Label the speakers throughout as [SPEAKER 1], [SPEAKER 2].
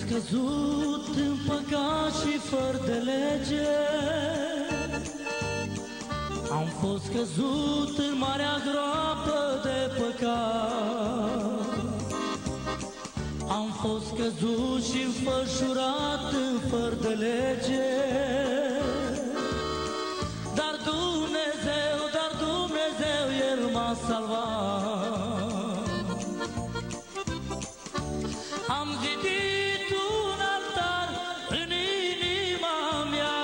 [SPEAKER 1] căzut în păcat și fără de lege Am fost căzut în marea groapă de păcat Am fost căzut și înfășurat în fără de lege Dar Dumnezeu, dar Dumnezeu, El m-a salvat am zidit un altar în inima mea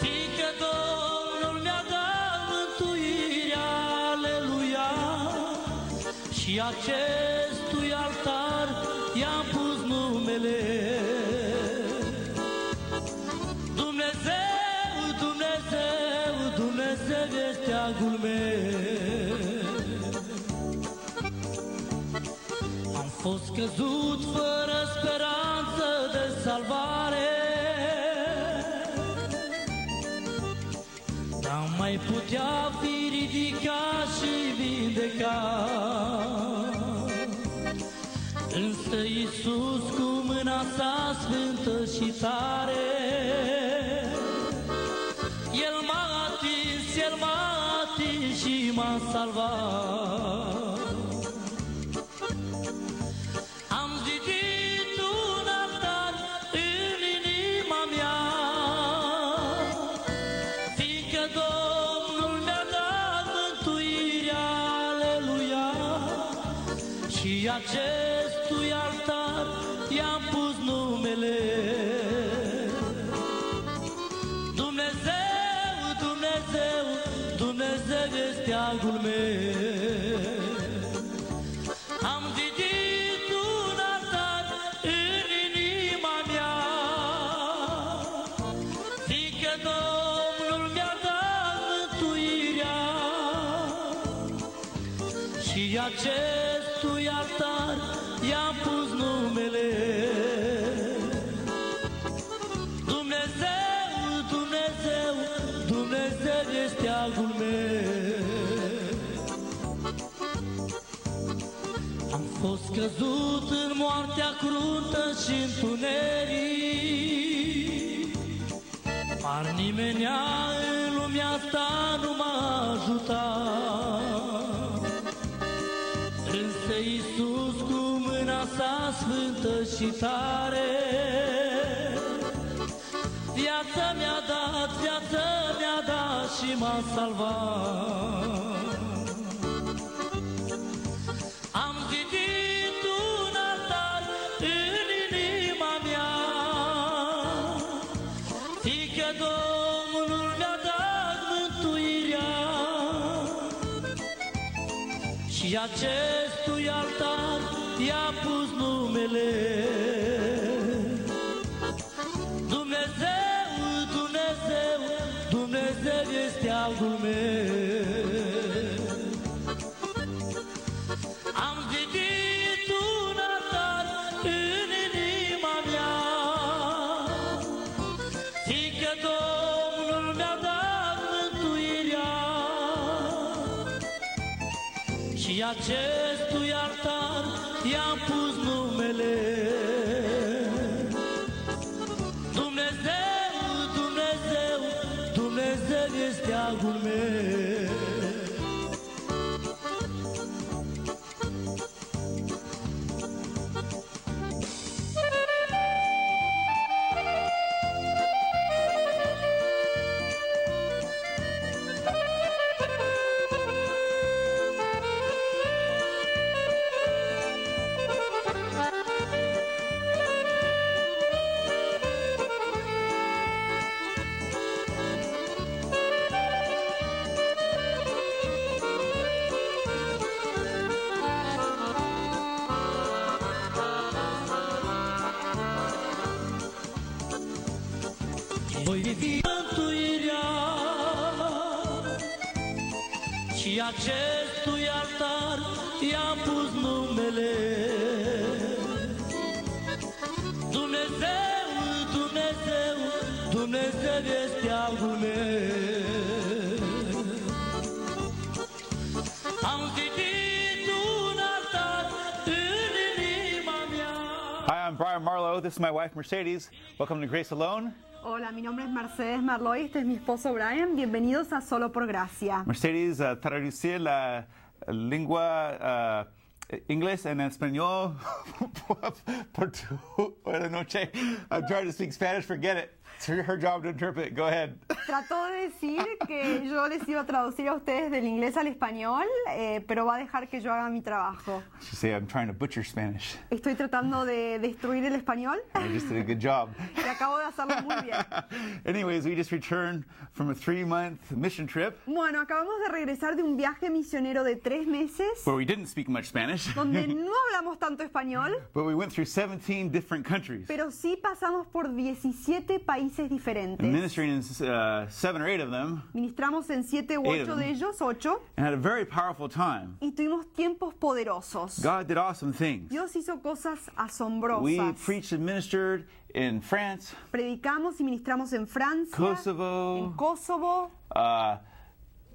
[SPEAKER 1] Fiindcă Domnul mi-a dat mântuirea, aleluia Și acestui altar i-am pus numele Dumnezeu, Dumnezeu, Dumnezeu este agul meu am fost căzut fără speranță de salvare N-am mai putea fi ridicat și vindecat Însă Iisus cu mâna sa sfântă și tare El m-a atins, El m-a atins și m-a salvat am zidit un altar în inima mea Fiindcă Domnul mi-a dat mântuirea, aleluia Și acestui altar i-am pus numele Dumnezeu, Dumnezeu, Dumnezeu este agul meu am zidit un altar în inima mea Fiindcă Domnul mi-a dat mântuirea Și acestui altar i-am pus numele Dumnezeu, Dumnezeu, Dumnezeu este agul meu Am fost căzut în moartea cruntă și întuneric Par nimeni în lumea asta nu m-a ajutat Însă Iisus cu mâna sa sfântă și tare Viața mi-a dat, viața mi-a dat și m-a salvat am zidit un altar în inima mea Fiindcă Domnul mi-a dat mântuirea Și acestui altar i-a pus numele Dumnezeu, Dumnezeu, Dumnezeu este altul meu am zidit un altar în inima mea Fiindcă Domnul mi-a dat mântuirea Și acestui altar i-am pus numele Dumnezeu, Dumnezeu, Dumnezeu este agul meu Voi vivi mântuirea Și acestui altar i-am pus numele Dumnezeu, Dumnezeu, Dumnezeu este altul meu Am zidit un altar în inima mea
[SPEAKER 2] I'm Brian Marlowe. This is my wife, Mercedes. Welcome to Grace Alone.
[SPEAKER 3] Hola, mi nombre es Mercedes Marloy, este es mi esposo Brian. Bienvenidos a Solo por Gracia.
[SPEAKER 2] Mercedes, uh, traducir la lengua uh, inglés en español por tu por la noche. I'm trying to speak Spanish, forget it. It's her, her job to interpret. Go ahead.
[SPEAKER 3] Trató de decir que yo les iba a traducir a ustedes del inglés al español, eh, pero va a dejar que yo haga mi trabajo.
[SPEAKER 2] She say I'm trying to butcher Spanish.
[SPEAKER 3] Estoy tratando de destruir el español
[SPEAKER 2] I just did a good job.
[SPEAKER 3] y acabo de hacerlo muy bien.
[SPEAKER 2] Anyways, we just returned from a three-month mission trip
[SPEAKER 3] Bueno, acabamos de regresar de un viaje misionero de tres meses,
[SPEAKER 2] where we didn't speak much Spanish,
[SPEAKER 3] donde no hablamos tanto español,
[SPEAKER 2] but we went through 17 different countries.
[SPEAKER 3] pero sí pasamos por 17 países
[SPEAKER 2] and
[SPEAKER 3] diferentes.
[SPEAKER 2] ministering in uh, seven or eight of them
[SPEAKER 3] Ministramos en siete u
[SPEAKER 2] Eight of
[SPEAKER 3] ocho de
[SPEAKER 2] them.
[SPEAKER 3] ellos, ocho,
[SPEAKER 2] and had a very powerful time.
[SPEAKER 3] y tuvimos tiempos poderosos.
[SPEAKER 2] God did awesome things.
[SPEAKER 3] Dios hizo cosas
[SPEAKER 2] We
[SPEAKER 3] asombrosas.
[SPEAKER 2] preached and ministered in France,
[SPEAKER 3] Predicamos y ministramos en Francia, en
[SPEAKER 2] Kosovo,
[SPEAKER 3] Kosovo,
[SPEAKER 2] uh,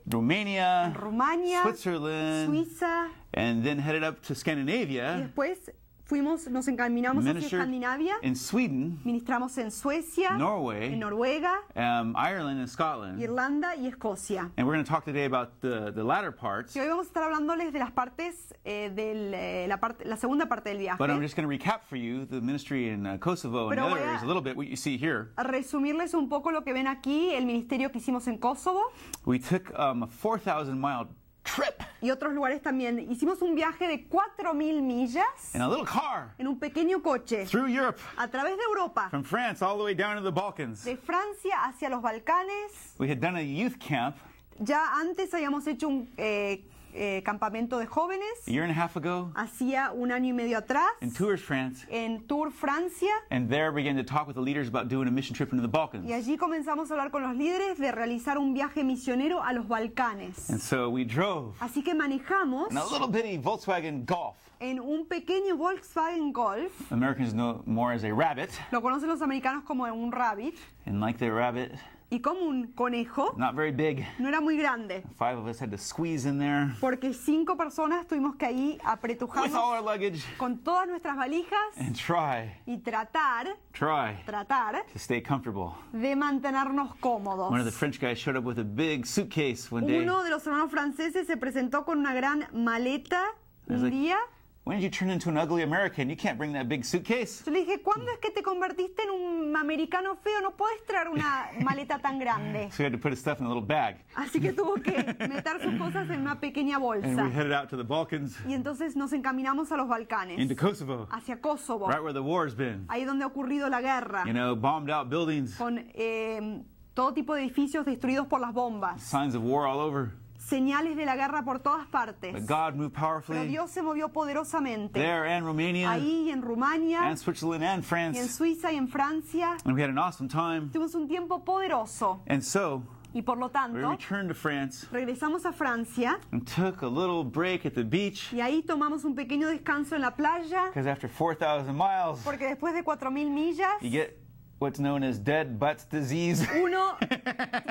[SPEAKER 2] Romania,
[SPEAKER 3] Rumania,
[SPEAKER 2] Switzerland,
[SPEAKER 3] Suiza,
[SPEAKER 2] and then headed up to
[SPEAKER 3] y
[SPEAKER 2] Scandinavia,
[SPEAKER 3] después fuimos, nos encaminamos hacia
[SPEAKER 2] ministered
[SPEAKER 3] Escandinavia,
[SPEAKER 2] in Sweden,
[SPEAKER 3] ministramos en Suecia,
[SPEAKER 2] Norway,
[SPEAKER 3] en Noruega,
[SPEAKER 2] um, Ireland, and Scotland.
[SPEAKER 3] Irlanda y Escocia.
[SPEAKER 2] And we're going to talk today about the, the latter parts,
[SPEAKER 3] Y hoy vamos a estar hablándoles de las partes eh, del, eh, la, parte- la segunda parte del viaje.
[SPEAKER 2] but I'm just going to recap for you the ministry in uh, Kosovo and
[SPEAKER 3] Pero
[SPEAKER 2] other
[SPEAKER 3] voy a-
[SPEAKER 2] areas a little bit, what you see here.
[SPEAKER 3] A Resumirles un poco lo que ven aquí, el ministerio que hicimos en Kosovo
[SPEAKER 2] We took um, a 4,000 mile trip
[SPEAKER 3] y otros lugares también. Hicimos un viaje de 4.000 millas
[SPEAKER 2] in a little car
[SPEAKER 3] en un pequeño coche
[SPEAKER 2] through Europe,
[SPEAKER 3] a través de Europa,
[SPEAKER 2] from France all the way down to the Balkans.
[SPEAKER 3] de Francia hacia los Balcanes.
[SPEAKER 2] We had done a youth camp
[SPEAKER 3] Ya antes habíamos hecho un eh, eh, campamento de jóvenes,
[SPEAKER 2] a year and a half ago
[SPEAKER 3] hacía un año y medio atrás,
[SPEAKER 2] in Tours, France,
[SPEAKER 3] en Tour Francia,
[SPEAKER 2] and there began to talk with the leaders about doing a mission trip into the Balkans.
[SPEAKER 3] y allí comenzamos a hablar con los líderes de realizar un viaje misionero a los
[SPEAKER 2] And
[SPEAKER 3] Balcanes.
[SPEAKER 2] so we drove
[SPEAKER 3] Así que manejamos
[SPEAKER 2] in a little bitty Volkswagen Golf.
[SPEAKER 3] en un pequeño Volkswagen Golf,
[SPEAKER 2] Americans know it more as a rabbit,
[SPEAKER 3] lo conocen los americanos como un rabbit,
[SPEAKER 2] and like their rabbit,
[SPEAKER 3] y como un conejo,
[SPEAKER 2] not very big.
[SPEAKER 3] no era muy grande.
[SPEAKER 2] Five of us had to squeeze in there
[SPEAKER 3] Porque cinco personas tuvimos que ahí
[SPEAKER 2] with all
[SPEAKER 3] apretujarnos
[SPEAKER 2] our luggage
[SPEAKER 3] con todas nuestras valijas
[SPEAKER 2] and try,
[SPEAKER 3] y tratar,
[SPEAKER 2] try
[SPEAKER 3] tratar
[SPEAKER 2] to stay comfortable.
[SPEAKER 3] de mantenernos
[SPEAKER 2] One of the
[SPEAKER 3] cómodos.
[SPEAKER 2] French guys showed up with a big suitcase one day.
[SPEAKER 3] Uno de los hermanos franceses se presentó con una gran maleta
[SPEAKER 2] Es
[SPEAKER 3] un
[SPEAKER 2] like-
[SPEAKER 3] día.
[SPEAKER 2] When did you turn into an ugly American? You can't bring that big suitcase.
[SPEAKER 3] Yo le dije, ¿cuándo es que te convertiste en un americano feo? No puedes traer una maleta tan grande.
[SPEAKER 2] So we had to put his stuff in a little bag.
[SPEAKER 3] Así que tuvo que meter sus cosas en una pequeña
[SPEAKER 2] And we
[SPEAKER 3] bolsa.
[SPEAKER 2] headed out to the Balkans,
[SPEAKER 3] Y entonces nos encaminamos a
[SPEAKER 2] into
[SPEAKER 3] los Balcanes,
[SPEAKER 2] Kosovo,
[SPEAKER 3] hacia Kosovo,
[SPEAKER 2] right where the war's been.
[SPEAKER 3] ahí donde ha ocurrido la guerra.
[SPEAKER 2] You know, bombed out buildings,
[SPEAKER 3] con eh, todo tipo de edificios destruidos por las bombas,
[SPEAKER 2] signs of war all over.
[SPEAKER 3] señales de la guerra por todas partes.
[SPEAKER 2] But God moved
[SPEAKER 3] Pero
[SPEAKER 2] powerfully
[SPEAKER 3] Dios se movió poderosamente
[SPEAKER 2] there and Romania
[SPEAKER 3] ahí en Rumania,
[SPEAKER 2] and Switzerland and
[SPEAKER 3] y en
[SPEAKER 2] France.
[SPEAKER 3] Suiza y en Francia.
[SPEAKER 2] And we had an awesome time.
[SPEAKER 3] Tuvimos un tiempo poderoso
[SPEAKER 2] And so
[SPEAKER 3] y por lo
[SPEAKER 2] we
[SPEAKER 3] tanto
[SPEAKER 2] returned to France
[SPEAKER 3] regresamos a Francia
[SPEAKER 2] and took a little break at the beach
[SPEAKER 3] y ahí tomamos un pequeño descanso en la playa
[SPEAKER 2] because after 4,000 miles,
[SPEAKER 3] porque después de 4.000 millas
[SPEAKER 2] you get what's known as dead butts disease.
[SPEAKER 3] uno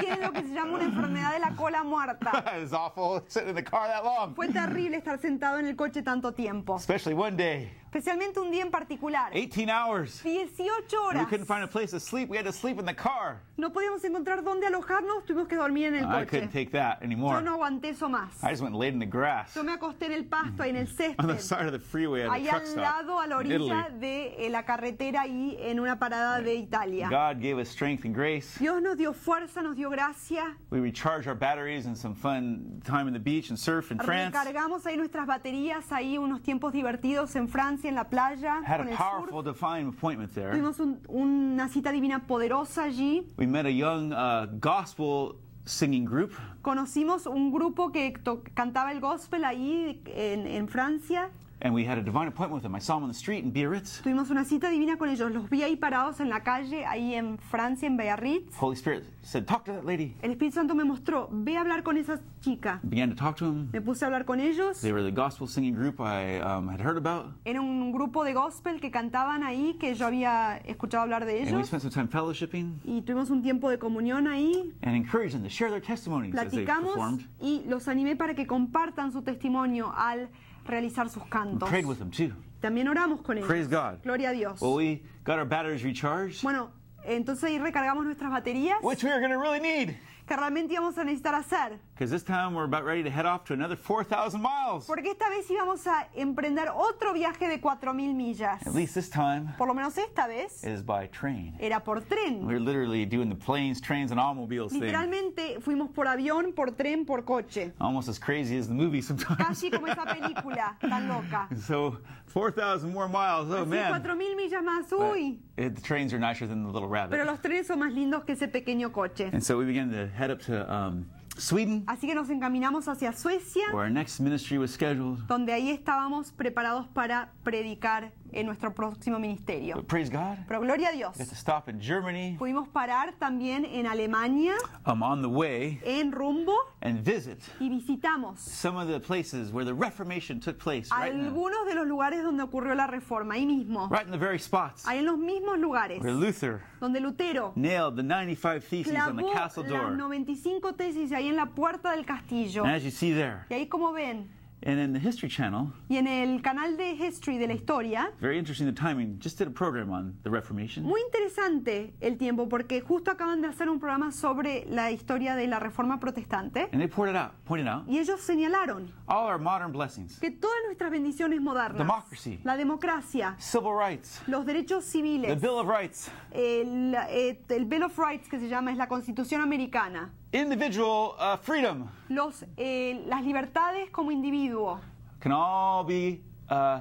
[SPEAKER 3] tiene lo que se llama una enfermedad de la cola muerta.
[SPEAKER 2] It was awful sitting in the car that long.
[SPEAKER 3] Fue terrible estar sentado en el coche tanto tiempo,
[SPEAKER 2] Especially one day,
[SPEAKER 3] especialmente un día en particular.
[SPEAKER 2] 18 hours.
[SPEAKER 3] 18
[SPEAKER 2] We
[SPEAKER 3] horas.
[SPEAKER 2] couldn't find a place to sleep. We had to sleep in the car.
[SPEAKER 3] No podíamos encontrar dónde alojarnos, tuvimos que dormir en el
[SPEAKER 2] I couldn't
[SPEAKER 3] coche.
[SPEAKER 2] take that
[SPEAKER 3] Yo
[SPEAKER 2] anymore.
[SPEAKER 3] no aguanté eso más.
[SPEAKER 2] I just went and laid in the grass
[SPEAKER 3] Yo me acosté en el pasto, ahí en el
[SPEAKER 2] on the
[SPEAKER 3] césped,
[SPEAKER 2] side of the freeway at
[SPEAKER 3] ahí
[SPEAKER 2] a truck
[SPEAKER 3] al
[SPEAKER 2] stop
[SPEAKER 3] lado, a la
[SPEAKER 2] in Italy.
[SPEAKER 3] orilla de eh, la carretera y en una parada de Italia.
[SPEAKER 2] God gave us strength and grace.
[SPEAKER 3] Dios nos dio fuerza, nos dio gracia.
[SPEAKER 2] We recharged our batteries and some fun time in the beach and surf in France.
[SPEAKER 3] Recargamos ahí nuestras baterías, ahí unos tiempos divertidos en Francia, en la playa,
[SPEAKER 2] Had
[SPEAKER 3] con
[SPEAKER 2] a
[SPEAKER 3] el sur.
[SPEAKER 2] powerful divine appointment there.
[SPEAKER 3] Tuvimos un- una cita divina poderosa allí.
[SPEAKER 2] We met a young uh, gospel singing group.
[SPEAKER 3] Conocimos un grupo que to- cantaba el gospel ahí en- en Francia.
[SPEAKER 2] And we had a divine appointment with them. I saw them on the street in Biarritz.
[SPEAKER 3] Tuvimos una cita divina con ellos. Los vi ahí parados en la calle, ahí en Francia, en Biarritz.
[SPEAKER 2] Holy Spirit said, Talk to that lady.
[SPEAKER 3] El Espíritu Santo me mostró, ve a hablar con esa chica.
[SPEAKER 2] Began to talk to him.
[SPEAKER 3] Me puse a hablar con ellos.
[SPEAKER 2] They were the gospel singing group I um, had heard about,
[SPEAKER 3] Era un grupo de gospel que cantaban ahí, que yo había escuchado hablar de
[SPEAKER 2] and we
[SPEAKER 3] ellos.
[SPEAKER 2] spent some time fellowshipping
[SPEAKER 3] Y tuvimos un tiempo de comunión ahí.
[SPEAKER 2] and encouraged them to share their testimonies as they
[SPEAKER 3] Platicamos
[SPEAKER 2] performed.
[SPEAKER 3] y los animé para que compartan su testimonio al realizar sus cantos.
[SPEAKER 2] Prayed with them too.
[SPEAKER 3] También oramos con ellos.
[SPEAKER 2] Praise God.
[SPEAKER 3] Gloria a Dios.
[SPEAKER 2] Well, we got our batteries recharged,
[SPEAKER 3] Bueno, entonces ahí recargamos nuestras baterías
[SPEAKER 2] which we are going to really need
[SPEAKER 3] que realmente íbamos a necesitar hacer.
[SPEAKER 2] because this time we're about ready to head off to another 4,000 miles.
[SPEAKER 3] Porque esta vez íbamos a emprender otro viaje de 4.000 millas.
[SPEAKER 2] At least this time
[SPEAKER 3] Por lo menos esta vez
[SPEAKER 2] it is by train.
[SPEAKER 3] era por tren.
[SPEAKER 2] We're literally doing the planes, trains, and automobiles thing.
[SPEAKER 3] Literalmente fuimos por avión, por tren, por coche.
[SPEAKER 2] Almost as crazy as the movie sometimes.
[SPEAKER 3] Casi como esa película tan loca.
[SPEAKER 2] so 4,000 more miles. Oh,
[SPEAKER 3] Así,
[SPEAKER 2] man.
[SPEAKER 3] 4.000 millas más,
[SPEAKER 2] But
[SPEAKER 3] uy.
[SPEAKER 2] it- the trains are nicer than the little
[SPEAKER 3] Pero
[SPEAKER 2] rabbit.
[SPEAKER 3] los trenes son más lindos que ese pequeño coche.
[SPEAKER 2] And so we began to head up to um, Sweden,
[SPEAKER 3] Así que nos encaminamos hacia Suecia,
[SPEAKER 2] where our next ministry was scheduled.
[SPEAKER 3] donde ahí estábamos preparados para predicar en nuestro próximo ministerio.
[SPEAKER 2] But praise God,
[SPEAKER 3] Pero gloria a Dios.
[SPEAKER 2] we got to stop in Germany
[SPEAKER 3] Pudimos parar también en Alemania,
[SPEAKER 2] um, on the way
[SPEAKER 3] en rumbo,
[SPEAKER 2] and visit
[SPEAKER 3] y visitamos
[SPEAKER 2] some of the places where the Reformation took place right now.
[SPEAKER 3] algunos de los lugares donde ocurrió la reforma, ahí mismo,
[SPEAKER 2] Right in the very spots
[SPEAKER 3] ahí en los mismos lugares,
[SPEAKER 2] where Luther
[SPEAKER 3] donde Lutero
[SPEAKER 2] nailed the 95 Theses on the
[SPEAKER 3] clavó
[SPEAKER 2] castle
[SPEAKER 3] las
[SPEAKER 2] door. Eh.
[SPEAKER 3] 95 tesis ahí en la puerta del castillo.
[SPEAKER 2] And as you see there,
[SPEAKER 3] Y ahí como ven,
[SPEAKER 2] and in the History Channel,
[SPEAKER 3] y en el canal de History de la historia,
[SPEAKER 2] very interesting the timing, just did a program on the Reformation.
[SPEAKER 3] Muy interesante el tiempo, porque justo acaban de hacer un programa sobre la historia de la Reforma Protestante
[SPEAKER 2] And they poured it out, pointed out
[SPEAKER 3] y ellos señalaron
[SPEAKER 2] all our modern blessings,
[SPEAKER 3] que todas nuestras bendiciones modernas,
[SPEAKER 2] Democracy.
[SPEAKER 3] la democracia,
[SPEAKER 2] civil rights,
[SPEAKER 3] los derechos
[SPEAKER 2] the
[SPEAKER 3] civiles,
[SPEAKER 2] Bill of Rights,
[SPEAKER 3] el, eh, el Bill of Rights que se llama es la Constitución americana,
[SPEAKER 2] individual uh, freedom
[SPEAKER 3] los, eh, las libertades como individuo,
[SPEAKER 2] can all be, uh,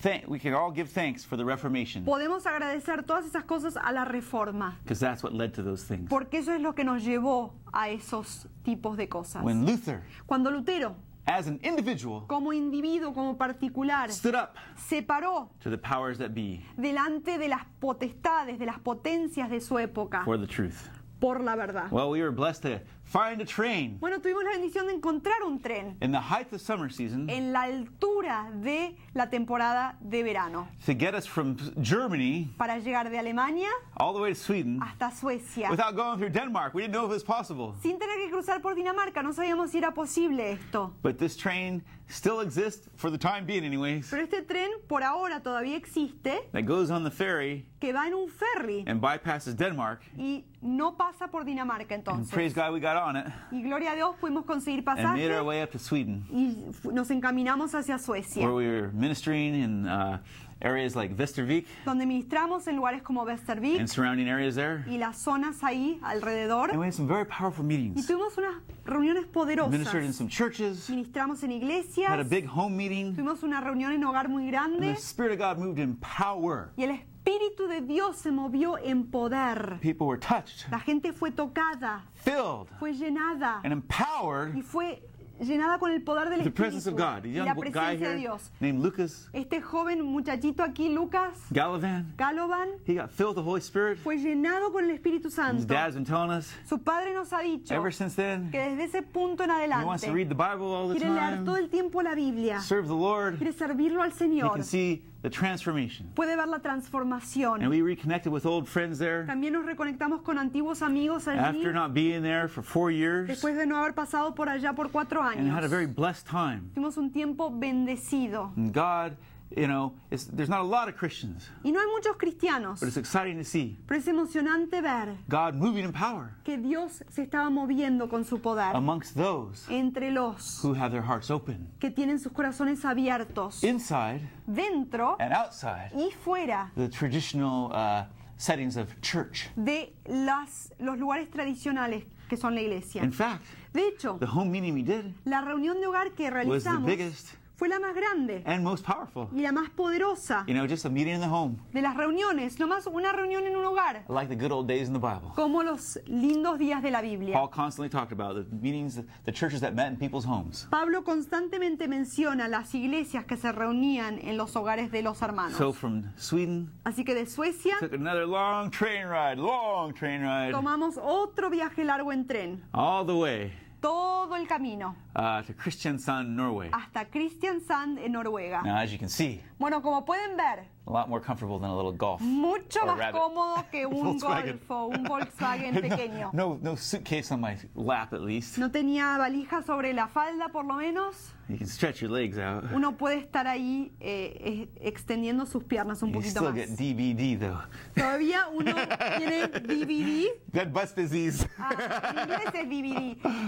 [SPEAKER 2] thank- we can all give thanks for the Reformation
[SPEAKER 3] podemos agradecer todas esas cosas a la Reforma,
[SPEAKER 2] because that's what led to those things.
[SPEAKER 3] porque eso es lo que nos llevó a esos tipos de cosas.
[SPEAKER 2] When Luther,
[SPEAKER 3] Cuando Lutero,
[SPEAKER 2] as an individual,
[SPEAKER 3] como individuo, como particular,
[SPEAKER 2] stood up
[SPEAKER 3] se paró
[SPEAKER 2] to the powers that be
[SPEAKER 3] delante de las potestades, de las potencias de su época,
[SPEAKER 2] for the truth.
[SPEAKER 3] por la verdad.
[SPEAKER 2] Well, we were blessed to find a train
[SPEAKER 3] Bueno, tuvimos la bendición de encontrar un tren
[SPEAKER 2] in the height of summer season
[SPEAKER 3] en la altura de la temporada de verano
[SPEAKER 2] to get us from Germany
[SPEAKER 3] para llegar de Alemania
[SPEAKER 2] all the way to Sweden
[SPEAKER 3] hasta Suecia.
[SPEAKER 2] without going through Denmark. We didn't know if it was possible.
[SPEAKER 3] Sin tener que cruzar por Dinamarca, no sabíamos si era posible esto.
[SPEAKER 2] But this train still exists for the time being, anyways.
[SPEAKER 3] Pero este tren por ahora todavía existe,
[SPEAKER 2] That goes on the ferry
[SPEAKER 3] que va en un ferry
[SPEAKER 2] and bypasses Denmark.
[SPEAKER 3] y no pasa por Dinamarca
[SPEAKER 2] And praise
[SPEAKER 3] entonces.
[SPEAKER 2] God, we got on it
[SPEAKER 3] Y gloria a Dios pudimos conseguir
[SPEAKER 2] and made our
[SPEAKER 3] pasaje
[SPEAKER 2] way up to Sweden,
[SPEAKER 3] y fu- nos encaminamos hacia Suecia.
[SPEAKER 2] where we were ministering in uh, areas like Vestervik
[SPEAKER 3] donde ministramos en lugares como
[SPEAKER 2] and
[SPEAKER 3] Westervik
[SPEAKER 2] surrounding areas there.
[SPEAKER 3] y las zonas ahí
[SPEAKER 2] And
[SPEAKER 3] alrededor.
[SPEAKER 2] we had some very powerful
[SPEAKER 3] Y
[SPEAKER 2] meetings.
[SPEAKER 3] tuvimos unas reuniones
[SPEAKER 2] Ministered in
[SPEAKER 3] poderosas.
[SPEAKER 2] some churches,
[SPEAKER 3] Ministramos en
[SPEAKER 2] had a
[SPEAKER 3] iglesias,
[SPEAKER 2] big home meeting.
[SPEAKER 3] tuvimos una reunión en hogar muy
[SPEAKER 2] And
[SPEAKER 3] grande
[SPEAKER 2] the Spirit of God moved in power.
[SPEAKER 3] y el Espíritu de Dios se movió en poder.
[SPEAKER 2] People were touched,
[SPEAKER 3] La gente fue tocada,
[SPEAKER 2] filled,
[SPEAKER 3] fue llenada
[SPEAKER 2] and
[SPEAKER 3] y
[SPEAKER 2] empowered.
[SPEAKER 3] fue llenada con el poder del
[SPEAKER 2] The presence
[SPEAKER 3] Espíritu
[SPEAKER 2] of God. The
[SPEAKER 3] y
[SPEAKER 2] young
[SPEAKER 3] la
[SPEAKER 2] guy
[SPEAKER 3] presencia de
[SPEAKER 2] here
[SPEAKER 3] Dios.
[SPEAKER 2] named Lucas
[SPEAKER 3] Este joven muchachito aquí, Lucas
[SPEAKER 2] Gallivan,
[SPEAKER 3] Galovan,
[SPEAKER 2] he got filled with the Holy Spirit.
[SPEAKER 3] fue llenado con el Espíritu
[SPEAKER 2] His
[SPEAKER 3] Santo.
[SPEAKER 2] dad's been telling us
[SPEAKER 3] Su padre nos ha dicho
[SPEAKER 2] ever since then.
[SPEAKER 3] que desde ese punto en
[SPEAKER 2] He wants to
[SPEAKER 3] adelante
[SPEAKER 2] read the Bible all the
[SPEAKER 3] quiere leer todo
[SPEAKER 2] time,
[SPEAKER 3] el tiempo la Biblia,
[SPEAKER 2] serve the Lord.
[SPEAKER 3] quiere servirlo al
[SPEAKER 2] You
[SPEAKER 3] Señor,
[SPEAKER 2] can see the transformation.
[SPEAKER 3] puede ver la
[SPEAKER 2] And
[SPEAKER 3] transformación.
[SPEAKER 2] we reconnected with old friends there
[SPEAKER 3] También nos reconectamos con antiguos amigos allí,
[SPEAKER 2] after not being there for four years
[SPEAKER 3] después de no haber pasado por allá por cuatro
[SPEAKER 2] and had a
[SPEAKER 3] años.
[SPEAKER 2] very blessed time.
[SPEAKER 3] Tuvimos un tiempo bendecido.
[SPEAKER 2] And God, you know, it's, there's not a lot of Christians,
[SPEAKER 3] Y no hay muchos cristianos,
[SPEAKER 2] but it's exciting to see
[SPEAKER 3] pero es emocionante ver
[SPEAKER 2] God moving in power
[SPEAKER 3] que Dios se estaba moviendo con su poder
[SPEAKER 2] amongst those
[SPEAKER 3] entre los
[SPEAKER 2] who have their hearts open,
[SPEAKER 3] que tienen sus corazones abiertos,
[SPEAKER 2] inside
[SPEAKER 3] dentro
[SPEAKER 2] and outside
[SPEAKER 3] y fuera
[SPEAKER 2] the traditional uh, settings of church.
[SPEAKER 3] de las, los lugares tradicionales que son la iglesia.
[SPEAKER 2] In fact,
[SPEAKER 3] De hecho,
[SPEAKER 2] the home meeting we did
[SPEAKER 3] la reunión de hogar que
[SPEAKER 2] was the
[SPEAKER 3] realizamos
[SPEAKER 2] biggest
[SPEAKER 3] fue la más grande
[SPEAKER 2] and most powerful.
[SPEAKER 3] y la más poderosa
[SPEAKER 2] You know, just a meeting in the home,
[SPEAKER 3] de las reuniones, nomás una reunión en un hogar,
[SPEAKER 2] like the good old days in the Bible.
[SPEAKER 3] como los lindos días de la Biblia.
[SPEAKER 2] Paul constantly talked about the meetings, the churches that met in people's homes.
[SPEAKER 3] Pablo constantemente menciona las iglesias que se reunían en los hogares de los
[SPEAKER 2] So
[SPEAKER 3] hermanos.
[SPEAKER 2] from Sweden,
[SPEAKER 3] Así que de Suecia
[SPEAKER 2] took another long train ride, long train ride,
[SPEAKER 3] tomamos otro viaje largo en tren,
[SPEAKER 2] all the way
[SPEAKER 3] todo el camino,
[SPEAKER 2] uh, to Kristiansand, Norway.
[SPEAKER 3] hasta Kristiansand en Noruega.
[SPEAKER 2] Ah. Now, as you can see,
[SPEAKER 3] Bueno, como pueden ver,
[SPEAKER 2] a lot more comfortable than a little golf.
[SPEAKER 3] Mucho
[SPEAKER 2] or
[SPEAKER 3] más
[SPEAKER 2] rabbit.
[SPEAKER 3] cómodo que un
[SPEAKER 2] Volkswagen.
[SPEAKER 3] Golf o un Volkswagen pequeño. No,
[SPEAKER 2] No, no suitcase on my lap, at least.
[SPEAKER 3] tenía valija sobre la falda, por lo menos.
[SPEAKER 2] You can stretch your legs out.
[SPEAKER 3] Uno puede estar ahí eh, eh, extendiendo sus piernas un
[SPEAKER 2] You
[SPEAKER 3] poquito
[SPEAKER 2] still
[SPEAKER 3] más.
[SPEAKER 2] get DBD though.
[SPEAKER 3] Todavía uno tiene DVD.
[SPEAKER 2] That bus disease.
[SPEAKER 3] Ah, en inglés es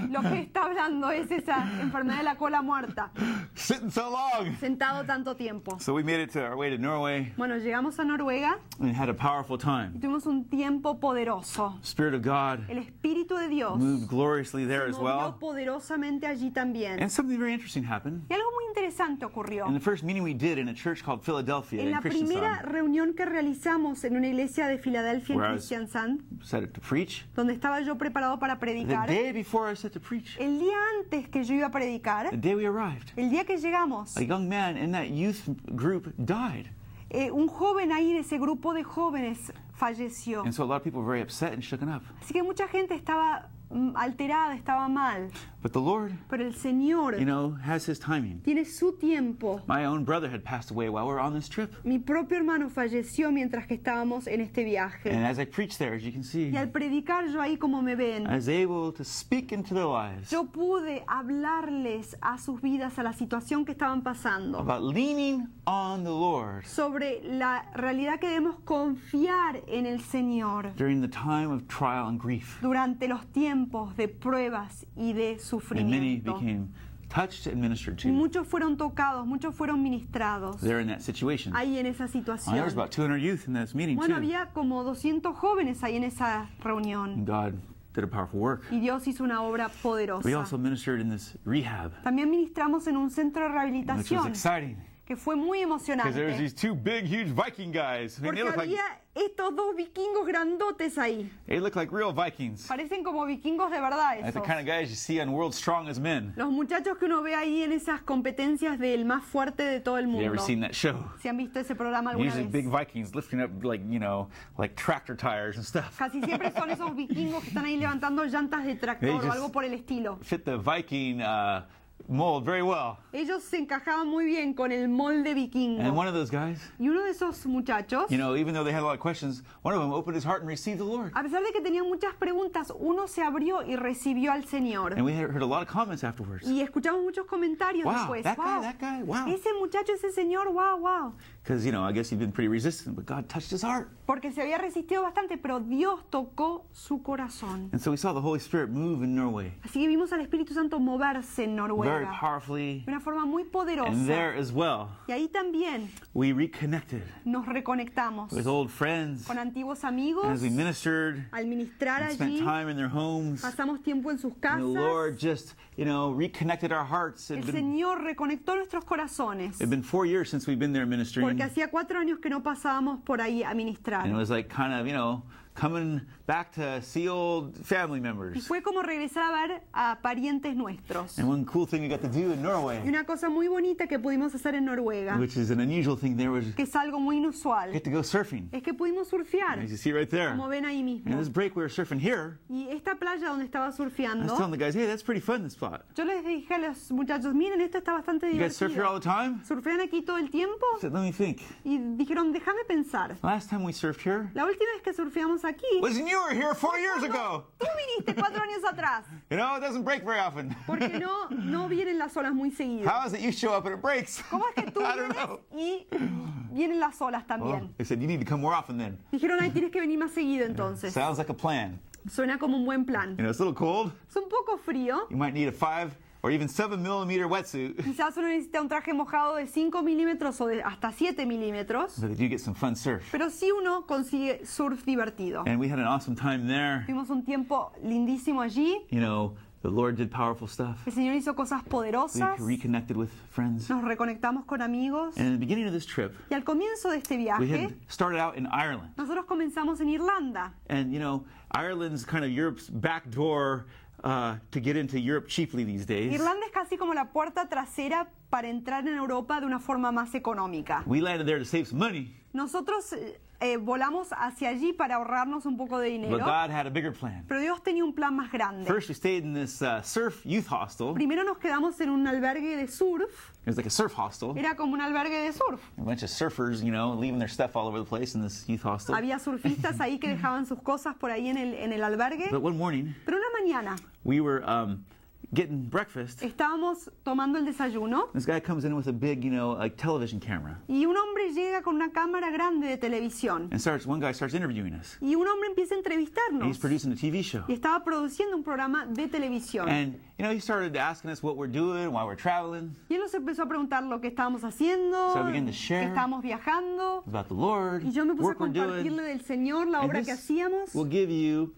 [SPEAKER 3] DVD. Lo que está hablando es esa enfermedad de la cola muerta.
[SPEAKER 2] Sitting so long.
[SPEAKER 3] Sentado tanto tiempo.
[SPEAKER 2] So we made it to our way to Norway
[SPEAKER 3] Bueno, llegamos a Noruega
[SPEAKER 2] and had a powerful
[SPEAKER 3] y
[SPEAKER 2] time.
[SPEAKER 3] tuvimos un tiempo poderoso.
[SPEAKER 2] Spirit of God
[SPEAKER 3] El Espíritu de Dios
[SPEAKER 2] moved gloriously there as
[SPEAKER 3] movió
[SPEAKER 2] well.
[SPEAKER 3] poderosamente allí también.
[SPEAKER 2] And something very interesting happened.
[SPEAKER 3] Y algo muy interesante ocurrió.
[SPEAKER 2] In the first meeting we did in a church called Philadelphia
[SPEAKER 3] En
[SPEAKER 2] in
[SPEAKER 3] la primera
[SPEAKER 2] Christiansand,
[SPEAKER 3] reunión que realizamos en una iglesia de Filadelfia en
[SPEAKER 2] Where I was-
[SPEAKER 3] Christiansand,
[SPEAKER 2] set up to preach.
[SPEAKER 3] donde estaba yo preparado para
[SPEAKER 2] The
[SPEAKER 3] predicar,
[SPEAKER 2] day before I was set to preach,
[SPEAKER 3] el día antes que yo iba a
[SPEAKER 2] the
[SPEAKER 3] predicar,
[SPEAKER 2] day we arrived,
[SPEAKER 3] el día que llegamos,
[SPEAKER 2] a young man in that youth group died.
[SPEAKER 3] eh, un joven ahí de ese grupo de jóvenes falleció.
[SPEAKER 2] And so a lot of people were very upset and shooken up.
[SPEAKER 3] Así que mucha gente estaba mm, alterada, estaba mal.
[SPEAKER 2] But the Lord,
[SPEAKER 3] Pero el Señor
[SPEAKER 2] you know, has his timing.
[SPEAKER 3] tiene su tiempo.
[SPEAKER 2] My own brother had passed away while we were on this trip.
[SPEAKER 3] Mi propio hermano falleció mientras que estábamos en este
[SPEAKER 2] And
[SPEAKER 3] viaje.
[SPEAKER 2] as I preached there, as you can see,
[SPEAKER 3] Y al predicar yo ahí como me ven,
[SPEAKER 2] I was able to speak into their lives
[SPEAKER 3] yo pude hablarles a sus vidas, a la situación que estaban pasando,
[SPEAKER 2] about leaning on the Lord
[SPEAKER 3] sobre la realidad que debemos confiar en el Señor
[SPEAKER 2] during the time of trial and grief.
[SPEAKER 3] durante los tiempos de pruebas y de
[SPEAKER 2] And many
[SPEAKER 3] sufrimiento.
[SPEAKER 2] became touched and ministered to
[SPEAKER 3] Y muchos fueron tocados, muchos fueron ministrados
[SPEAKER 2] there in that situation.
[SPEAKER 3] ahí en esa
[SPEAKER 2] Well, there was
[SPEAKER 3] situación.
[SPEAKER 2] about 200 youth in this meeting,
[SPEAKER 3] Bueno,
[SPEAKER 2] too.
[SPEAKER 3] había como 200 jóvenes ahí en esa reunión
[SPEAKER 2] And God did a powerful work.
[SPEAKER 3] y Dios hizo una obra
[SPEAKER 2] We also
[SPEAKER 3] poderosa.
[SPEAKER 2] ministered in this rehab,
[SPEAKER 3] También ministramos en un centro de
[SPEAKER 2] which was
[SPEAKER 3] rehabilitación
[SPEAKER 2] exciting
[SPEAKER 3] que fue muy
[SPEAKER 2] because there was
[SPEAKER 3] emocionante.
[SPEAKER 2] these two big, huge Viking guys. I mean,
[SPEAKER 3] Porque
[SPEAKER 2] they look like
[SPEAKER 3] había estos dos vikingos grandotes ahí.
[SPEAKER 2] they look like real Vikings.
[SPEAKER 3] Parecen como vikingos de verdad
[SPEAKER 2] Like the
[SPEAKER 3] esos.
[SPEAKER 2] kind of guys you see on World's Strongest Men.
[SPEAKER 3] Los muchachos que uno ve ahí en esas competencias del más fuerte de todo el
[SPEAKER 2] Have you ever
[SPEAKER 3] mundo.
[SPEAKER 2] seen that show?
[SPEAKER 3] Si han visto ese programa alguna
[SPEAKER 2] Usually big
[SPEAKER 3] vez.
[SPEAKER 2] Vikings lifting up like you know like tractor tires and stuff.
[SPEAKER 3] Casi siempre son esos vikingos que están ahí levantando llantas de
[SPEAKER 2] They
[SPEAKER 3] tractor o
[SPEAKER 2] just-
[SPEAKER 3] algo por el estilo.
[SPEAKER 2] Fit the Viking uh, mold very well.
[SPEAKER 3] Ellos se encajaban muy bien con el molde
[SPEAKER 2] And
[SPEAKER 3] vikingo.
[SPEAKER 2] one of those guys,
[SPEAKER 3] Y uno de esos muchachos,
[SPEAKER 2] you know, even though they had a lot of questions, one of them opened his heart and received the Lord.
[SPEAKER 3] a pesar de que tenían muchas preguntas, uno se abrió y recibió al Señor.
[SPEAKER 2] And we had heard a lot of comments afterwards.
[SPEAKER 3] Y escuchamos muchos comentarios
[SPEAKER 2] Wow,
[SPEAKER 3] después.
[SPEAKER 2] that guy,
[SPEAKER 3] Wow,
[SPEAKER 2] that guy, wow.
[SPEAKER 3] Ese muchacho, ese señor, wow, wow.
[SPEAKER 2] Because you know, I guess he'd been pretty resistant, but God touched his heart,
[SPEAKER 3] Porque se había resistido bastante, pero Dios tocó su corazón.
[SPEAKER 2] and so we saw the Holy Spirit move in Norway
[SPEAKER 3] Así que vimos al Espíritu Santo moverse en
[SPEAKER 2] very
[SPEAKER 3] Noruega
[SPEAKER 2] powerfully.
[SPEAKER 3] de una forma muy
[SPEAKER 2] And there
[SPEAKER 3] poderosa.
[SPEAKER 2] as well,
[SPEAKER 3] Y ahí también
[SPEAKER 2] we reconnected
[SPEAKER 3] nos reconectamos
[SPEAKER 2] with old friends.
[SPEAKER 3] con antiguos
[SPEAKER 2] And
[SPEAKER 3] amigos.
[SPEAKER 2] as we ministered
[SPEAKER 3] Al ministrar
[SPEAKER 2] and spent
[SPEAKER 3] allí,
[SPEAKER 2] time in their homes,
[SPEAKER 3] pasamos tiempo en sus
[SPEAKER 2] And the Lord
[SPEAKER 3] casas.
[SPEAKER 2] just, you know, reconnected our hearts. It
[SPEAKER 3] El
[SPEAKER 2] had been,
[SPEAKER 3] Señor reconectó nuestros corazones.
[SPEAKER 2] it'd been four years since we've been there ministering.
[SPEAKER 3] Porque hacía cuatro años que no pasábamos por ahí a
[SPEAKER 2] And it
[SPEAKER 3] ministrar.
[SPEAKER 2] was like kind of, you know, coming back to see old family
[SPEAKER 3] Y
[SPEAKER 2] members.
[SPEAKER 3] fue como regresar a ver a parientes nuestros.
[SPEAKER 2] And one cool thing we got to do in
[SPEAKER 3] Y
[SPEAKER 2] Norway,
[SPEAKER 3] una cosa muy bonita que pudimos hacer en Noruega,
[SPEAKER 2] which is an unusual thing there, was
[SPEAKER 3] que es algo muy inusual,
[SPEAKER 2] get to go surfing.
[SPEAKER 3] es que pudimos surfear,
[SPEAKER 2] As you see right there.
[SPEAKER 3] como ven ahí
[SPEAKER 2] And
[SPEAKER 3] mismo.
[SPEAKER 2] this break we were surfing here.
[SPEAKER 3] Y esta playa donde estaba
[SPEAKER 2] I was telling
[SPEAKER 3] surfeando,
[SPEAKER 2] the guys, hey, that's pretty fun, this spot.
[SPEAKER 3] yo les dije a los muchachos, miren, esto está bastante
[SPEAKER 2] You guys surf here all
[SPEAKER 3] divertido.
[SPEAKER 2] the time?
[SPEAKER 3] ¿Surfean aquí todo el tiempo?
[SPEAKER 2] I said, let me think.
[SPEAKER 3] Y dijeron, déjame pensar.
[SPEAKER 2] Last time we surfed here
[SPEAKER 3] La última vez que surfeamos aquí,
[SPEAKER 2] was when you were here four Pues, years ago.
[SPEAKER 3] tú viniste cuatro años atrás,
[SPEAKER 2] You know, it doesn't break very often.
[SPEAKER 3] porque no, no vienen las olas muy seguido.
[SPEAKER 2] How is it you show up and it breaks?
[SPEAKER 3] ¿Cómo es que tú
[SPEAKER 2] I don't know. Oh.
[SPEAKER 3] vienes y vienen las olas
[SPEAKER 2] Well,
[SPEAKER 3] también?
[SPEAKER 2] they said you need to come more often then.
[SPEAKER 3] Dijeron, ay, tienes que venir más seguido entonces.
[SPEAKER 2] Sounds like a plan.
[SPEAKER 3] Suena como un buen plan.
[SPEAKER 2] You know, it's a little cold.
[SPEAKER 3] Es un poco frío.
[SPEAKER 2] You might need a five or even seven millimeter wetsuit.
[SPEAKER 3] Quizás uno necesita un traje mojado de 5 milímetros o de hasta 7 milímetros.
[SPEAKER 2] But they do get some fun surf.
[SPEAKER 3] Pero sí uno consigue surf divertido.
[SPEAKER 2] And we had an awesome time there.
[SPEAKER 3] Tuvimos un tiempo lindísimo allí.
[SPEAKER 2] You know, the Lord did powerful stuff.
[SPEAKER 3] El Señor hizo cosas
[SPEAKER 2] We
[SPEAKER 3] poderosas.
[SPEAKER 2] reconnected with friends.
[SPEAKER 3] Nos reconectamos con amigos.
[SPEAKER 2] And in the beginning of this trip,
[SPEAKER 3] Y al comienzo de este
[SPEAKER 2] we had
[SPEAKER 3] viaje,
[SPEAKER 2] started out in Ireland.
[SPEAKER 3] nosotros comenzamos en Irlanda.
[SPEAKER 2] And, you know, Ireland's kind of Europe's back door uh, to get into Europe cheaply these days.
[SPEAKER 3] Irlanda es casi como la puerta trasera para entrar en Europa de una forma más económica.
[SPEAKER 2] We landed there to save some money.
[SPEAKER 3] Nosotros eh, eh, volamos hacia allí para ahorrarnos un poco de
[SPEAKER 2] But
[SPEAKER 3] dinero.
[SPEAKER 2] God had a bigger plan.
[SPEAKER 3] Pero Dios tenía un plan más grande.
[SPEAKER 2] First, we stayed in this uh, surf youth hostel. It
[SPEAKER 3] Primero nos quedamos en un albergue de surf.
[SPEAKER 2] was like a surf hostel.
[SPEAKER 3] Era como un albergue de surf.
[SPEAKER 2] A bunch of surfers, you know, leaving their stuff all over the place in this youth hostel.
[SPEAKER 3] Había surfistas ahí que dejaban sus cosas por ahí en el, en el albergue.
[SPEAKER 2] But one morning,
[SPEAKER 3] Pero una mañana
[SPEAKER 2] we were um, getting breakfast.
[SPEAKER 3] estábamos tomando el desayuno
[SPEAKER 2] This guy comes in with a big, you know, like television camera
[SPEAKER 3] y un hombre llega con una cámara grande de televisión.
[SPEAKER 2] and starts. One guy starts interviewing us.
[SPEAKER 3] Y un hombre empieza a
[SPEAKER 2] And he's
[SPEAKER 3] entrevistarnos.
[SPEAKER 2] producing a TV show.
[SPEAKER 3] Y estaba produciendo un programa de televisión.
[SPEAKER 2] And you know, he started asking us what we're doing, why we're traveling,
[SPEAKER 3] Y él nos empezó a preguntar lo que estábamos haciendo,
[SPEAKER 2] So I began to
[SPEAKER 3] que
[SPEAKER 2] share.
[SPEAKER 3] estábamos viajando.
[SPEAKER 2] about the Lord,
[SPEAKER 3] Y yo me puse a
[SPEAKER 2] work we're
[SPEAKER 3] compartirle
[SPEAKER 2] doing.
[SPEAKER 3] del Señor la
[SPEAKER 2] And
[SPEAKER 3] obra que
[SPEAKER 2] this
[SPEAKER 3] hacíamos.
[SPEAKER 2] will give you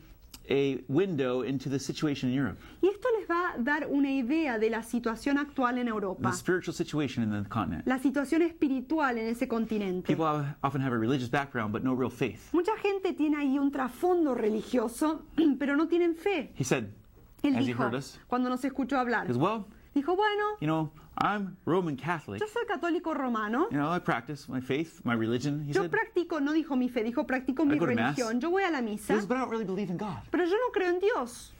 [SPEAKER 2] a window into the situation in Europe,
[SPEAKER 3] Y esto les va a dar una idea de la situación actual en
[SPEAKER 2] the
[SPEAKER 3] Europa,
[SPEAKER 2] spiritual situation in the continent.
[SPEAKER 3] la situación espiritual en ese continente.
[SPEAKER 2] People have- often have a religious background but no real faith.
[SPEAKER 3] Mucha gente tiene ahí un trasfondo religioso, pero no tienen fe.
[SPEAKER 2] He said,
[SPEAKER 3] Él
[SPEAKER 2] as he
[SPEAKER 3] dijo,
[SPEAKER 2] heard us,
[SPEAKER 3] cuando nos escuchó hablar,
[SPEAKER 2] as well,
[SPEAKER 3] dijo, bueno,
[SPEAKER 2] you know, I'm Roman Catholic.
[SPEAKER 3] yo soy católico romano,
[SPEAKER 2] You know, I practice my faith, my religion. He
[SPEAKER 3] yo
[SPEAKER 2] said,
[SPEAKER 3] practico, no dijo mi fe, dijo practico mi
[SPEAKER 2] go to mass.
[SPEAKER 3] religión, yo voy a la
[SPEAKER 2] he
[SPEAKER 3] misa,
[SPEAKER 2] says, but I don't really believe in God.
[SPEAKER 3] pero yo no creo en Dios.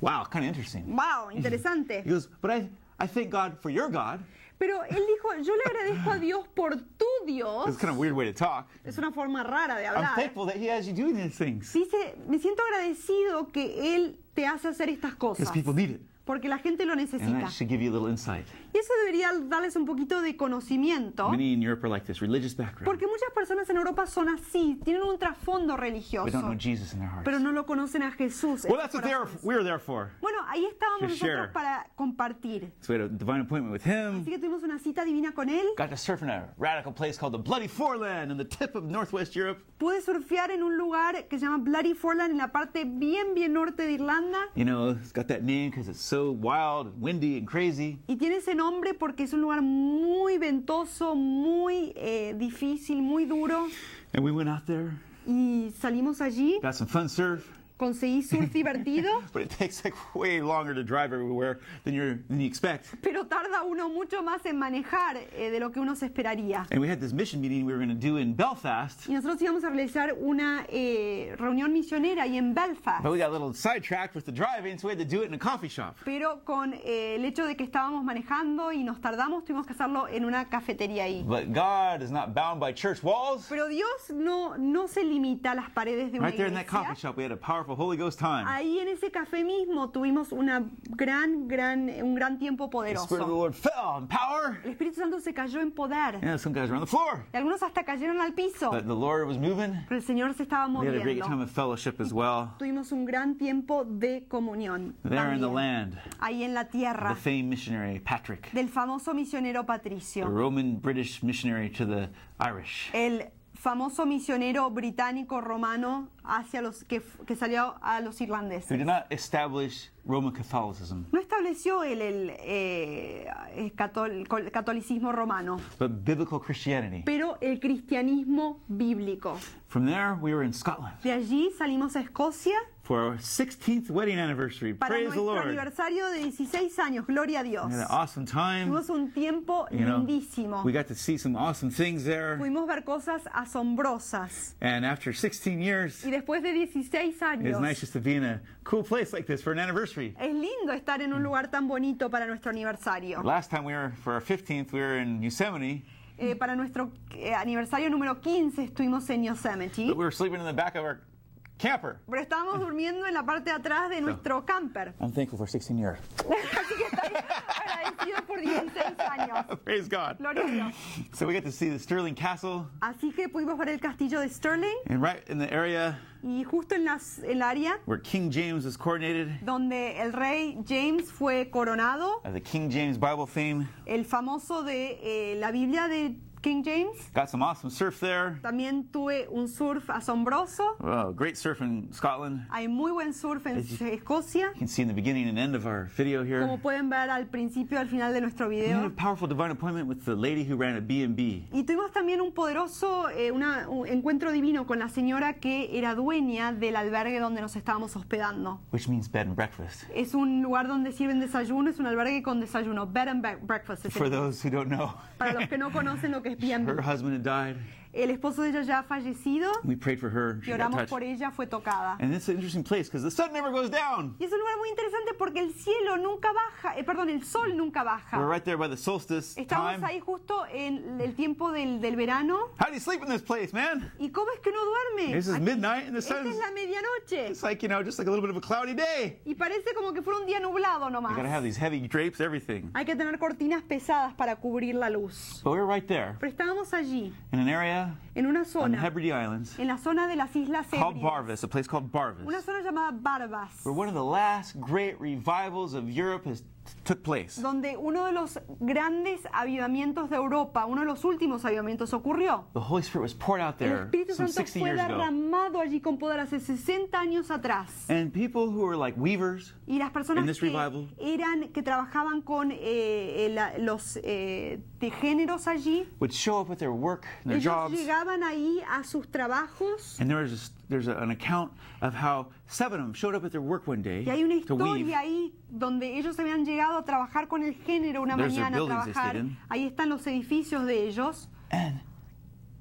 [SPEAKER 2] Wow, kind of interesting.
[SPEAKER 3] Wow, interesante.
[SPEAKER 2] He goes, but I, I thank God for your God.
[SPEAKER 3] Pero él dijo, yo le agradezco a Dios por tu Dios.
[SPEAKER 2] It's kind of a weird way to talk.
[SPEAKER 3] Es una forma rara de
[SPEAKER 2] I'm
[SPEAKER 3] hablar.
[SPEAKER 2] thankful that He has you doing these things
[SPEAKER 3] Dice, me siento agradecido que él te hace hacer estas
[SPEAKER 2] because
[SPEAKER 3] cosas,
[SPEAKER 2] people need it.
[SPEAKER 3] porque la gente lo
[SPEAKER 2] And
[SPEAKER 3] necesita.
[SPEAKER 2] that should give you a little insight.
[SPEAKER 3] Y eso debería darles un poquito de conocimiento.
[SPEAKER 2] Many in Europe are like this religious background,
[SPEAKER 3] Porque muchas personas en Europa son así, tienen un trasfondo
[SPEAKER 2] but don't know
[SPEAKER 3] religioso,
[SPEAKER 2] Jesus in their hearts.
[SPEAKER 3] pero no lo conocen a Jesús. en
[SPEAKER 2] Well,
[SPEAKER 3] sus
[SPEAKER 2] that's what they are,
[SPEAKER 3] corazones.
[SPEAKER 2] we're there for.
[SPEAKER 3] Bueno, ahí estábamos
[SPEAKER 2] To share.
[SPEAKER 3] nosotros para compartir.
[SPEAKER 2] So we had a divine appointment with Him.
[SPEAKER 3] Así que tuvimos una cita divina con él.
[SPEAKER 2] Got to surf in a radical place called the Bloody Foreland in the tip of Northwest Europe.
[SPEAKER 3] Pude surfear en un lugar que se llama Bloody Forland, en la parte bien, bien norte de Irlanda.
[SPEAKER 2] You know, it's got that name because it's so wild, and windy, and crazy.
[SPEAKER 3] Y tiene ese nombre porque es un lugar muy ventoso, muy eh, difícil, muy duro.
[SPEAKER 2] And we went out there,
[SPEAKER 3] Y salimos allí,
[SPEAKER 2] got some fun surf,
[SPEAKER 3] conseguí surf divertido,
[SPEAKER 2] but it takes like way longer to drive everywhere than you than you expect.
[SPEAKER 3] pero tarda uno mucho más en manejar eh, de lo que uno se esperaría.
[SPEAKER 2] And we had this mission meeting we were going to do in Belfast,
[SPEAKER 3] Y nosotros íbamos a realizar una eh, reunión misionera ahí en Belfast.
[SPEAKER 2] but we got a little sidetracked with the driving, so we had to do it in a coffee shop.
[SPEAKER 3] Pero con eh, el hecho de que estábamos manejando y nos tardamos, tuvimos que hacerlo en una cafetería ahí.
[SPEAKER 2] But God is not bound by church walls.
[SPEAKER 3] Pero Dios no, no se limita a las paredes de una
[SPEAKER 2] Right there in that coffee
[SPEAKER 3] iglesia.
[SPEAKER 2] shop, we had a powerful Holy Ghost time.
[SPEAKER 3] Ahí en ese café mismo tuvimos una gran, gran, un gran tiempo
[SPEAKER 2] The Spirit of the
[SPEAKER 3] poderoso.
[SPEAKER 2] Lord fell in power.
[SPEAKER 3] El Espíritu Santo se cayó en poder.
[SPEAKER 2] Yeah, some guys were on the floor.
[SPEAKER 3] Y algunos hasta cayeron al piso.
[SPEAKER 2] But the Lord was moving.
[SPEAKER 3] Pero el Señor se estaba
[SPEAKER 2] We had a great time
[SPEAKER 3] moviendo.
[SPEAKER 2] of fellowship as well.
[SPEAKER 3] Tuvimos un gran tiempo de comunión.
[SPEAKER 2] There in the
[SPEAKER 3] también.
[SPEAKER 2] land,
[SPEAKER 3] Ahí en la tierra.
[SPEAKER 2] the famed missionary Patrick,
[SPEAKER 3] del famoso misionero
[SPEAKER 2] the
[SPEAKER 3] Patricio,
[SPEAKER 2] Roman British missionary to the Irish.
[SPEAKER 3] el famoso misionero británico romano hacia los que, f- que salió a los
[SPEAKER 2] Who did
[SPEAKER 3] irlandeses.
[SPEAKER 2] not establish Roman Catholicism,
[SPEAKER 3] No estableció el, el, eh, eh, catol- col- catolicismo romano,
[SPEAKER 2] but biblical Christianity.
[SPEAKER 3] pero el cristianismo bíblico.
[SPEAKER 2] From there, we were in Scotland
[SPEAKER 3] De allí salimos a Escocia
[SPEAKER 2] for our 16th wedding anniversario.
[SPEAKER 3] para
[SPEAKER 2] Praise the
[SPEAKER 3] nuestro
[SPEAKER 2] Lord. We
[SPEAKER 3] aniversario de 16 años, gloria a Dios.
[SPEAKER 2] had an awesome time.
[SPEAKER 3] Tuvimos un tiempo
[SPEAKER 2] You know,
[SPEAKER 3] lindísimo.
[SPEAKER 2] we got to see some awesome things there.
[SPEAKER 3] Pudimos ver cosas asombrosas.
[SPEAKER 2] And after 16 years,
[SPEAKER 3] Y después de 16
[SPEAKER 2] it was
[SPEAKER 3] años,
[SPEAKER 2] nice just to be in a cool place like this for an anniversary.
[SPEAKER 3] Es lindo estar en un lugar tan bonito para nuestro aniversario.
[SPEAKER 2] Last time we were for our 15th, we were in Yosemite.
[SPEAKER 3] Eh, para nuestro eh, aniversario número 15 estuvimos en Yosemite,
[SPEAKER 2] But we were sleeping in the back of our camper.
[SPEAKER 3] pero estábamos durmiendo en la parte de atrás de nuestro camper.
[SPEAKER 2] I'm thankful for 16 years.
[SPEAKER 3] Así que estoy agradecido por 16 años.
[SPEAKER 2] Praise God.
[SPEAKER 3] Gloria a Dios.
[SPEAKER 2] So we got to see the Stirling Castle,
[SPEAKER 3] Así que pudimos ver el castillo de Stirling
[SPEAKER 2] and right in the area
[SPEAKER 3] y justo en las- el área
[SPEAKER 2] where King James was coronated,
[SPEAKER 3] donde el rey James fue coronado,
[SPEAKER 2] uh, the King James Bible theme.
[SPEAKER 3] el famoso de eh, la Biblia de King James.
[SPEAKER 2] Got some awesome surf there.
[SPEAKER 3] También tuve un surf asombroso.
[SPEAKER 2] Wow, great surf in Scotland.
[SPEAKER 3] Hay muy buen surf en Escocia.
[SPEAKER 2] You can see in the beginning and end of our video here.
[SPEAKER 3] Como pueden ver al principio y al final de nuestro
[SPEAKER 2] We had a
[SPEAKER 3] video.
[SPEAKER 2] powerful divine appointment with the lady who ran a B&B.
[SPEAKER 3] Y tuvimos también un poderoso eh, una- un encuentro divino con la señora que era dueña del albergue donde nos estábamos hospedando.
[SPEAKER 2] Which means bed and breakfast.
[SPEAKER 3] Es un lugar donde sirven desayuno, es un albergue con desayuno, bed and bre- breakfast. es el-
[SPEAKER 2] For those who don't know,
[SPEAKER 3] para los que no conocen lo que es
[SPEAKER 2] her
[SPEAKER 3] B&B.
[SPEAKER 2] husband had died.
[SPEAKER 3] El esposo de ella ya ha fallecido.
[SPEAKER 2] We prayed for her. She got
[SPEAKER 3] Lloramos
[SPEAKER 2] touched.
[SPEAKER 3] por ella, fue tocada.
[SPEAKER 2] And it's an interesting place because the sun never goes down.
[SPEAKER 3] Y es un lugar muy interesante porque el cielo nunca baja, eh, perdón, el sol nunca
[SPEAKER 2] We're
[SPEAKER 3] baja.
[SPEAKER 2] right there by the solstice
[SPEAKER 3] Estamos
[SPEAKER 2] time.
[SPEAKER 3] ahí justo en el tiempo del, del verano.
[SPEAKER 2] How do you sleep in this place, man?
[SPEAKER 3] ¿Y cómo es que no duerme?
[SPEAKER 2] This is
[SPEAKER 3] Aquí-
[SPEAKER 2] midnight and the
[SPEAKER 3] Esta es
[SPEAKER 2] sun's.
[SPEAKER 3] la medianoche.
[SPEAKER 2] It's like you know, just like a little bit of a cloudy day.
[SPEAKER 3] Y parece como que fuera un día nublado
[SPEAKER 2] You gotta have
[SPEAKER 3] nomás.
[SPEAKER 2] these heavy drapes, everything.
[SPEAKER 3] Hay que tener cortinas pesadas para cubrir la luz.
[SPEAKER 2] But we're right there
[SPEAKER 3] Pero estábamos allí,
[SPEAKER 2] in an area
[SPEAKER 3] en una
[SPEAKER 2] on the
[SPEAKER 3] zona,
[SPEAKER 2] Hebrides Islands
[SPEAKER 3] en la zona de las Islas
[SPEAKER 2] called
[SPEAKER 3] Hébridas.
[SPEAKER 2] Barvis, a place called Barvis,
[SPEAKER 3] Una zona llamada Barbas,
[SPEAKER 2] where one of the last great revivals of Europe has took place.
[SPEAKER 3] donde uno de los grandes avivamientos de Europa, uno de los últimos avivamientos ocurrió.
[SPEAKER 2] The Holy Spirit was poured out
[SPEAKER 3] El
[SPEAKER 2] there
[SPEAKER 3] Espíritu
[SPEAKER 2] some
[SPEAKER 3] Santo
[SPEAKER 2] 60
[SPEAKER 3] fue
[SPEAKER 2] years ago.
[SPEAKER 3] derramado allí con poder hace 60 años atrás.
[SPEAKER 2] And people who were like weavers,
[SPEAKER 3] Y las personas
[SPEAKER 2] In this
[SPEAKER 3] que
[SPEAKER 2] revival-
[SPEAKER 3] eran que trabajaban con eh, eh, la- los eh, de géneros allí,
[SPEAKER 2] would show up with their work and their
[SPEAKER 3] ellos
[SPEAKER 2] jobs.
[SPEAKER 3] llegaban ahí a sus trabajos.
[SPEAKER 2] And there was this, there's a, an account of how seven of them showed up at their work one day
[SPEAKER 3] Y hay una
[SPEAKER 2] to weave.
[SPEAKER 3] historia ahí donde ellos habían llegado a trabajar con el género una
[SPEAKER 2] There's their
[SPEAKER 3] mañana a
[SPEAKER 2] buildings they
[SPEAKER 3] trabajar.
[SPEAKER 2] stayed in.
[SPEAKER 3] Ahí están los edificios de ellos.
[SPEAKER 2] And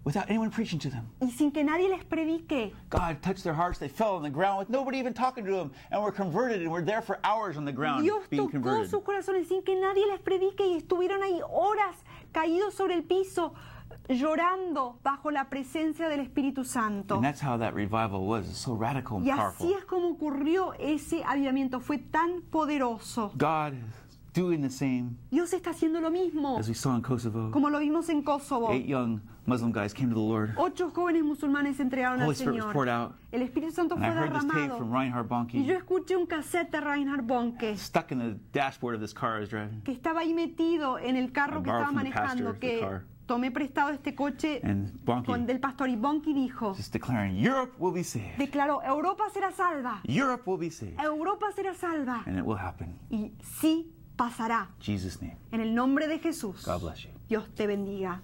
[SPEAKER 2] without anyone preaching to them,
[SPEAKER 3] Y sin que nadie les predique,
[SPEAKER 2] God touched their hearts. They fell on the ground with nobody even talking to them and were converted and were there for hours on the ground
[SPEAKER 3] Dios
[SPEAKER 2] being
[SPEAKER 3] tocó
[SPEAKER 2] converted.
[SPEAKER 3] sus corazones sin que nadie les predique y estuvieron ahí horas caídos sobre el piso llorando bajo la presencia del Espíritu Santo.
[SPEAKER 2] And that's how that revival was. It's so radical and
[SPEAKER 3] Y así
[SPEAKER 2] powerful.
[SPEAKER 3] es como ocurrió ese avivamiento, fue tan poderoso.
[SPEAKER 2] God is doing the same
[SPEAKER 3] Dios está haciendo lo mismo,
[SPEAKER 2] as we saw in Kosovo.
[SPEAKER 3] como lo vimos en Kosovo.
[SPEAKER 2] Eight young Muslim guys came to the Lord.
[SPEAKER 3] Ocho jóvenes musulmanes se entregaron
[SPEAKER 2] Holy
[SPEAKER 3] al
[SPEAKER 2] Spirit was
[SPEAKER 3] Señor.
[SPEAKER 2] poured out.
[SPEAKER 3] El Espíritu Santo
[SPEAKER 2] And I
[SPEAKER 3] fue
[SPEAKER 2] heard this tape
[SPEAKER 3] derramado.
[SPEAKER 2] from Reinhard
[SPEAKER 3] Y
[SPEAKER 2] Bonnke
[SPEAKER 3] yo escuché un cassette de Reinhard Bonke.
[SPEAKER 2] stuck in the dashboard of this car I was driving.
[SPEAKER 3] que estaba ahí metido en el carro
[SPEAKER 2] I
[SPEAKER 3] que
[SPEAKER 2] borrowed
[SPEAKER 3] estaba
[SPEAKER 2] from the pastor
[SPEAKER 3] manejando,
[SPEAKER 2] the car.
[SPEAKER 3] que tomé prestado este coche
[SPEAKER 2] And Bonnke-
[SPEAKER 3] con del pastor y Bonky dijo,
[SPEAKER 2] Just declaring, Europe will be saved.
[SPEAKER 3] declaró, Europa será salva,
[SPEAKER 2] Europe will be saved.
[SPEAKER 3] Europa será salva.
[SPEAKER 2] And it will happen.
[SPEAKER 3] Y sí pasará,
[SPEAKER 2] In Jesus' name.
[SPEAKER 3] en el nombre de Jesús.
[SPEAKER 2] God bless you.
[SPEAKER 3] Dios te bendiga.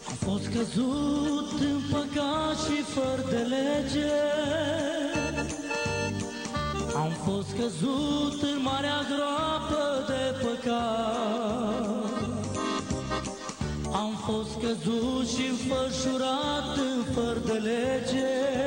[SPEAKER 1] Am fost căzut în păcat și fără de lege Am fost căzut în marea groapă de păcat Am fost căzut și înfășurat în fără de lege